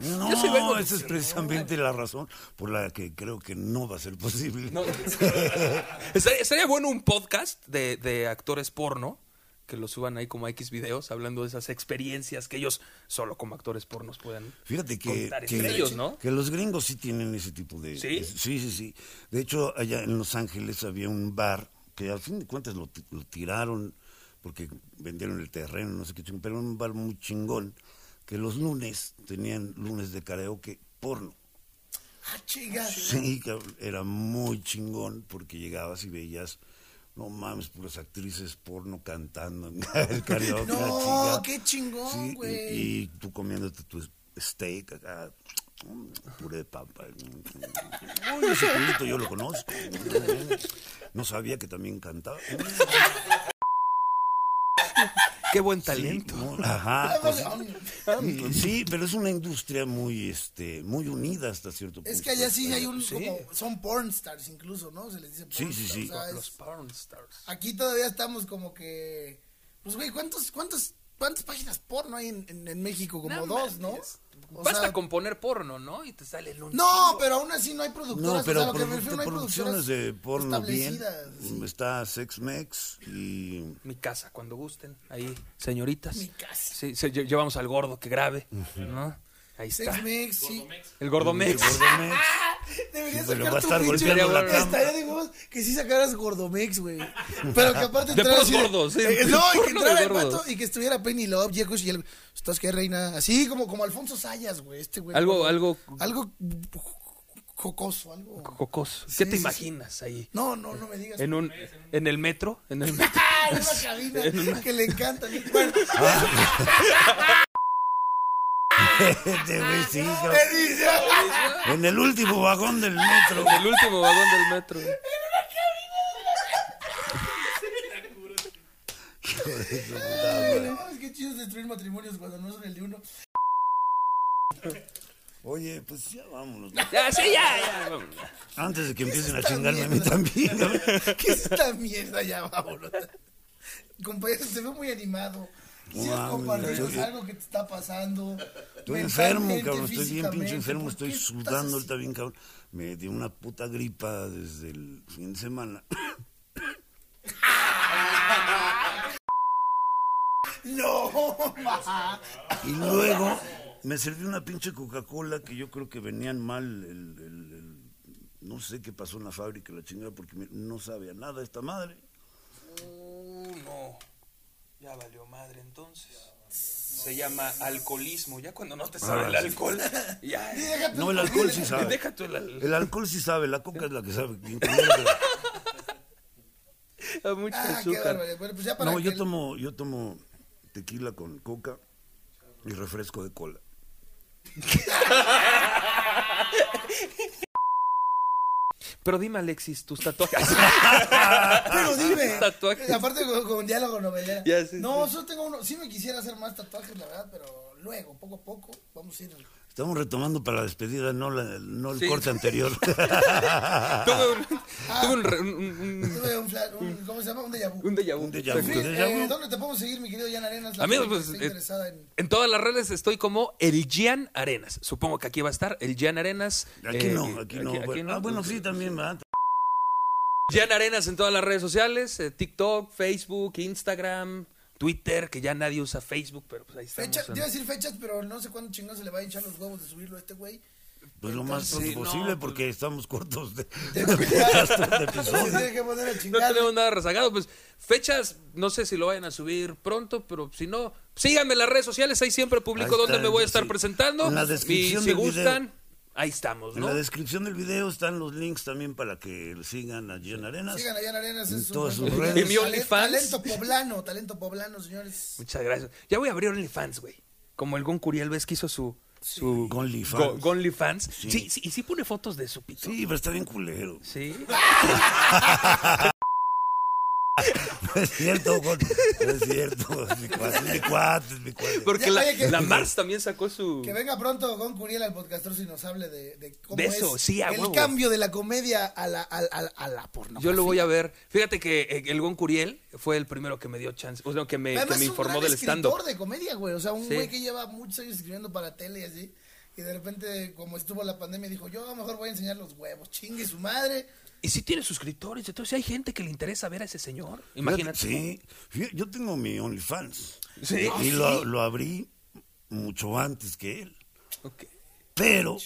C: No,
B: Yo sí vengo de-
C: esa es precisamente la razón por la que creo que no va a ser posible.
B: No. estaría, estaría bueno un podcast de, de actores porno que lo suban ahí como a X videos hablando de esas experiencias que ellos solo como actores pornos puedan.
C: Fíjate que,
B: Contar
C: que,
B: entre ellos, ¿no?
C: que los gringos sí tienen ese tipo de...
B: ¿Sí?
C: de- sí, sí, sí. De hecho, allá en Los Ángeles había un bar que al fin de cuentas lo, ti- lo tiraron porque vendieron el terreno, no sé qué, chingón, pero era un bar muy chingón que los lunes tenían lunes de karaoke porno.
A: Ah, chinga.
C: Sí, cabrón, era muy chingón porque llegabas y veías... No mames, puras actrices porno cantando en el karaoke.
A: No,
C: la chingada.
A: qué chingón,
C: Sí, y-
A: güey.
C: y, tú comiéndote tu steak acá. Mm, Puré de papa. Mm, Uy, ese culito yo lo conozco. Mm, No sabía que también cantaba. Mm,
B: Qué buen talento.
C: no, ajá. cosas- Ah, pues Sí, pero es una industria muy, este, muy unida hasta cierto punto.
A: Es que allá sí hay un. Como, son pornstars incluso, ¿no? Se les dice
C: Pues, Sí, sí,
A: pornstars,
C: sí.
A: o sea, es-
B: Los porn stars.
A: aquí todavía estamos como que. Pues, güey, ¿cuántos, cuántos, ¿cuántas páginas porno hay en, en- en México? Como
B: No
A: dos, ¿no?
B: mames.
A: O
B: Basta
A: sea,
B: con poner porno, ¿no? Y te sale el un
A: No, pero aún así no hay productoras.
C: No, pero
A: o sea, lo que me
C: produ-
A: refiero, no hay
C: producciones de porno bien. Mm,
A: establecidas, sí.
C: Está Sex Mex y
B: Mi casa, cuando gusten. Ahí, señoritas.
A: Mi casa.
B: Sí, se- lle- llevamos al gordo que grabe, ¿no? Ahí está.
A: Sex Mex, sí.
B: El gordo mex.
C: Gordomex.
A: Deberías
C: Pero
A: sacar
C: va a
A: tu
C: estar
A: pinche-
C: golpeando
B: la cama.
A: Estaría de huevos que sí sacaras Gordomex, güey. Pero que aparte
B: De
A: entrara
B: puros
A: así
B: gordos, sí.
A: Eh, no, y que
B: Porno de
A: entrara el
B: gordos.
A: vato y que estuviera Penny Love, Jacobs y el... ¿Estás qué, reina? Así como, como Alfonso Sayas, güey, este güey.
B: Algo, algo
A: Algo jocoso, algo...
B: cocoso. ¿Qué
A: Sí,
B: te
A: sí,
B: imaginas ahí?
A: No, no, no me digas.
B: En un, en el metro, en el metro.
A: ¡Ah! En una cabina que le encanta. Bueno,
C: Este güey, sí, cabrón.
A: me dice...
C: En el último vagón del metro.
B: En el último vagón del metro.
A: Ay, no, es que chido es destruir matrimonios cuando no son el de uno.
C: Oye, pues ya vámonos.
B: Ya, sí, ya, ya. vámonos.
C: Antes de que empiecen a
A: Esta
C: chingarme a mí
A: mierda.
C: también. cabrón.
A: ¿Qué es esta mierda ya, vámonos? Compañero, se ve muy animado. Quisieras
C: Wow,
A: compartirnos
C: yo-
A: algo que te está pasando.
C: Estoy enfermo,
A: mentalmente,
C: cabrón. Estoy bien
A: físicamente.
C: pinche enfermo.
A: ¿Por
C: Estoy
A: qué estás
C: sudando
A: así?
C: ahorita bien, cabrón. Me dio una puta gripa desde el fin de semana.
A: No, ma.
C: Y luego me serví una pinche Coca-Cola que yo creo que venían mal. el- el- el- no sé qué pasó en la fábrica, la chingada, porque me- no sabía nada esta madre.
B: Uh, no. Ya valió madre entonces. Se llama alcoholismo. Ya cuando no te sabe el alcohol, ya.
A: Y déjate-
C: No, el alcohol sí sabe.
B: Deja tú el alcohol.
C: El alcohol sí sabe, la coca es la que sabe. bien culero, pero-
B: Mucho
A: Ah, qué
B: azúcar.
A: barbaridad. Bueno, pues ya para
C: No,
A: que
C: yo
A: el-
C: tomo, yo tomo tequila con coca y refresco de cola.
B: Pero dime, Alexis, tus tatuajes.
A: Pero dime.
B: Tatuajes.
A: Aparte con, con diálogo novelera.
B: Ya, sí,
A: no, solo tengo uno. Sí me quisiera hacer más tatuajes, la verdad, pero luego, poco a poco, vamos a ir.
C: Estamos retomando para la despedida, no, la- no el
B: Sí.
C: corte anterior. Ah.
B: tuve un, tuve un, re- un- un-
A: Tuve un, fla- un- ¿Cómo se llama? Un déjà vu.
B: un déjà vu.
C: Un déjà vu.
A: Sí,
C: ¿Te
A: eh,
C: llamo?
A: ¿Dónde te podemos seguir, mi querido Jan Arenas? La
B: Amigos,
A: gente que
B: pues,
A: está
B: eh,
A: interesada en...
B: En todas las redes estoy como el Gian Arenas. Supongo que aquí va a estar el Gian Arenas.
C: Aquí
B: eh,
C: no, aquí no. bueno. Ah,
B: pues,
C: bueno, sí, también, ¿verdad?
B: Jan Arenas en todas las redes sociales, eh, TikTok, Facebook, Instagram, Twitter, que ya nadie usa Facebook, pero pues ahí estamos.
A: Fecha, te
B: en-
A: iba a decir fechas, pero no sé cuándo chingados se le va a hinchar los huevos de subirlo a este güey.
C: Pues lo más
B: Entonces,
C: pronto
B: sí, no,
C: posible
B: pues-
C: porque estamos cortos de, de,
A: Se
C: episodios.
A: tiene que poner a
B: No
A: chingar.
B: tenemos nada rezagado, pues fechas, no sé si lo vayan a subir pronto, pero si no, síganme en las redes sociales, ahí siempre publico
C: Ahí
B: dónde
C: está,
B: me voy a
C: sí.
B: estar presentando.
C: En la
B: y
C: descripción
B: si
C: del video.
B: gustan, ahí estamos,
C: En
B: Pues ¿no?
C: la descripción del video están los links también para que sigan a Jen Arenas.
A: Sigan a Jan Arenas.
C: En
A: es un
C: todas
A: buen
C: sus
A: contenido.
C: redes.
B: Y mi
A: Tale-
B: OnlyFans.
A: Talento poblano, talento poblano, señores.
B: Muchas gracias. Ya voy a abrir OnlyFans, güey. Como el Gon Curiel, ¿ves que hizo su... su
C: Gonlyfans.
B: Go- Gonlyfans.
C: Sí.
B: Sí. sí, y sí pone fotos de su pito.
C: Sí, pero está bien culero.
B: Sí. Ah,
C: Es cierto, Gon, es cierto. Es mi cuate, mi cuate, es mi cuate.
B: Porque
A: Ya,
B: la,
A: oye, que-
B: la Mars también sacó su...
A: Que venga pronto Gon Curiel al podcastor y nos hable de, de cómo
B: De eso,
A: es
B: sí, a
A: el
B: huevo.
A: cambio de la comedia a la, a, a- a la pornografía.
B: Yo
C: Ah,
B: lo voy a ver. Fíjate que eh, el Gon Curiel fue el primero que me dio chance, o sea, que me, que
A: Además,
B: me
A: es un
B: informó
A: gran
B: del stand-up.
A: escritor de comedia, güey. O sea, un
B: Sí.
A: güey que lleva muchos años escribiendo para tele y así. Y de repente, como estuvo la pandemia, dijo, yo a lo mejor voy a enseñar los huevos. Chingue su madre.
B: Y si tiene suscriptores, entonces hay gente que le interesa ver a ese señor. Imagínate.
C: Sí, Fí- yo tengo mi OnlyFans.
B: Sí.
C: Y lo, lo abrí mucho antes que él.
B: Ok.
C: Pero,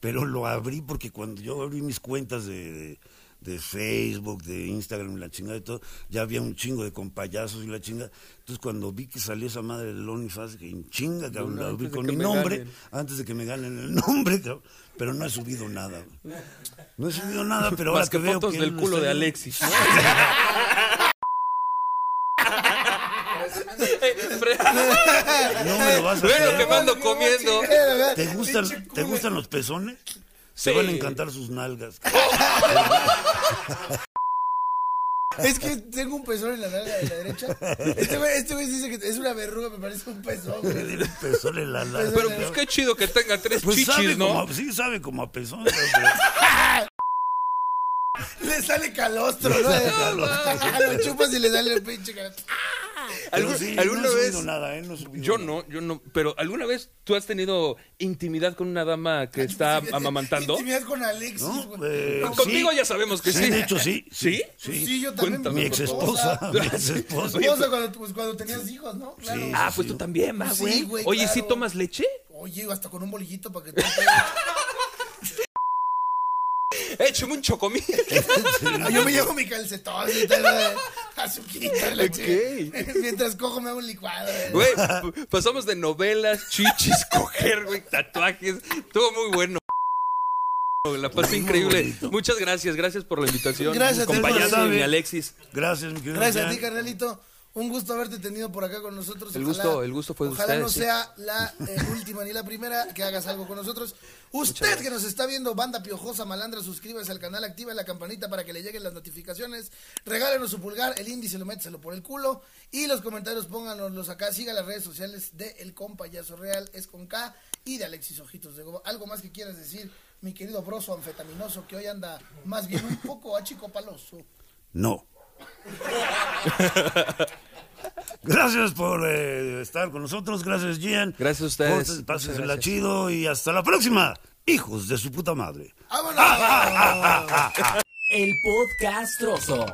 C: pero lo abrí porque cuando yo abrí mis cuentas de, de- de Facebook, de Instagram, y la chingada y todo, ya había un chingo de compayazos y la chinga. Entonces cuando vi que salió esa madre del OnlyFans, dije, "En chinga, cabrón, la
B: antes
C: abrí
B: de
C: con
B: que
C: mi
B: me
C: nombre,
B: ganen.
C: antes de que me ganen el nombre, cabrón. Pero no he subido nada. güey. No he subido nada, pero ahora
B: Más que,
C: que veo
B: fotos
C: que él
B: del
C: lo
B: culo
C: está
B: de
C: haciendo-
B: Alexis. ¿no? siempre.
C: No me lo vas a
B: Ve lo
C: creer.
B: que me ando comiendo.
C: ¿Te gustan, ¿Te gustan los pezones? Se
B: Sí.
C: van a encantar sus nalgas.
A: Es que tengo un pezón en la nalga de la derecha. Este güey, este güey dice que es una verruga, me parece un pezón. güey.
C: El pezón en la nalga.
B: Pero pues qué chido que tenga tres
C: Pues sabe
B: chichis,
C: como
B: ¿no?
C: a- sí sabe como a pezón. pero-
A: Le sale calostro, ¿no? Ah,
C: sale calostro.
A: Lo chupas y le sale el pinche calostro. Ah,
C: pero
B: ¿Algún-
C: sí,
B: ¿Alguna
C: no he subido
B: vez?
C: nada, ¿eh? No he subido
B: Yo
C: nada.
B: no, yo no. Pero ¿alguna vez tú has tenido intimidad con una dama que está amamantando?
A: Intimidad con Alexis,
C: No,
A: güey.
C: eh, sí.
B: Contigo ya sabemos que sí.
C: Sí, de hecho sí.
B: ¿Sí?
A: Sí,
C: Sí.
A: yo también.
B: Cuéntame,
C: Mi
A: mi
C: ex esposa. Mi ex esposa.
A: esposa cuando, pues, cuando tenías hijos, ¿no? Claro.
C: Sí.
B: Ah, pues tú también, va,
A: Sí,
B: güey.
A: güey,
B: Oye, ¿sí
A: claro.
B: tomas leche?
A: Oye, hasta con un bolillito para que te
B: Échame un chocomil.
A: Ah, Yo me llevo mi calcetón y eh, tal, güey. azuquita, la
B: Ok.
A: chica. Mientras cojo me hago un licuado. eh. güey.
B: Güey, p- pasamos de novelas, chichis, coger, güey, tatuajes. Todo muy bueno. La pasé increíble. Muchas gracias, gracias por la invitación.
A: Gracias,
B: mi
A: Telmo,
B: compañero,
C: sabe.
B: mi Alexis.
C: Gracias, mi querido.
A: Gracias a
C: Adrián.
A: ti, carnalito. Un gusto haberte tenido por acá con nosotros.
B: El gusto- el gusto fue de
A: Ojalá no
B: ustedes, sí.
A: sea la eh, última ni la primera que hagas algo con nosotros. Usted que nos está viendo, banda piojosa malandra, suscríbase al canal, activa la campanita para que le lleguen las notificaciones. Regálenos su pulgar, el índice lo méteselo por el culo. Y los comentarios pónganoslos acá. Siga las redes sociales de El Compayazo Real, es con K, y de Alexis Ojitos de Gobo. Algo más que quieras decir, mi querido broso anfetaminoso, que hoy anda más bien un poco achicopaloso.
C: No. Gracias por eh, estar con nosotros. Gracias, Gian.
B: Gracias a ustedes.
C: Cortes,
B: Muchas
C: Pásensela
B: gracias.
C: chido y hasta la próxima. Hijos de su puta madre.
A: ¡Vámonos!
D: El podcastroso.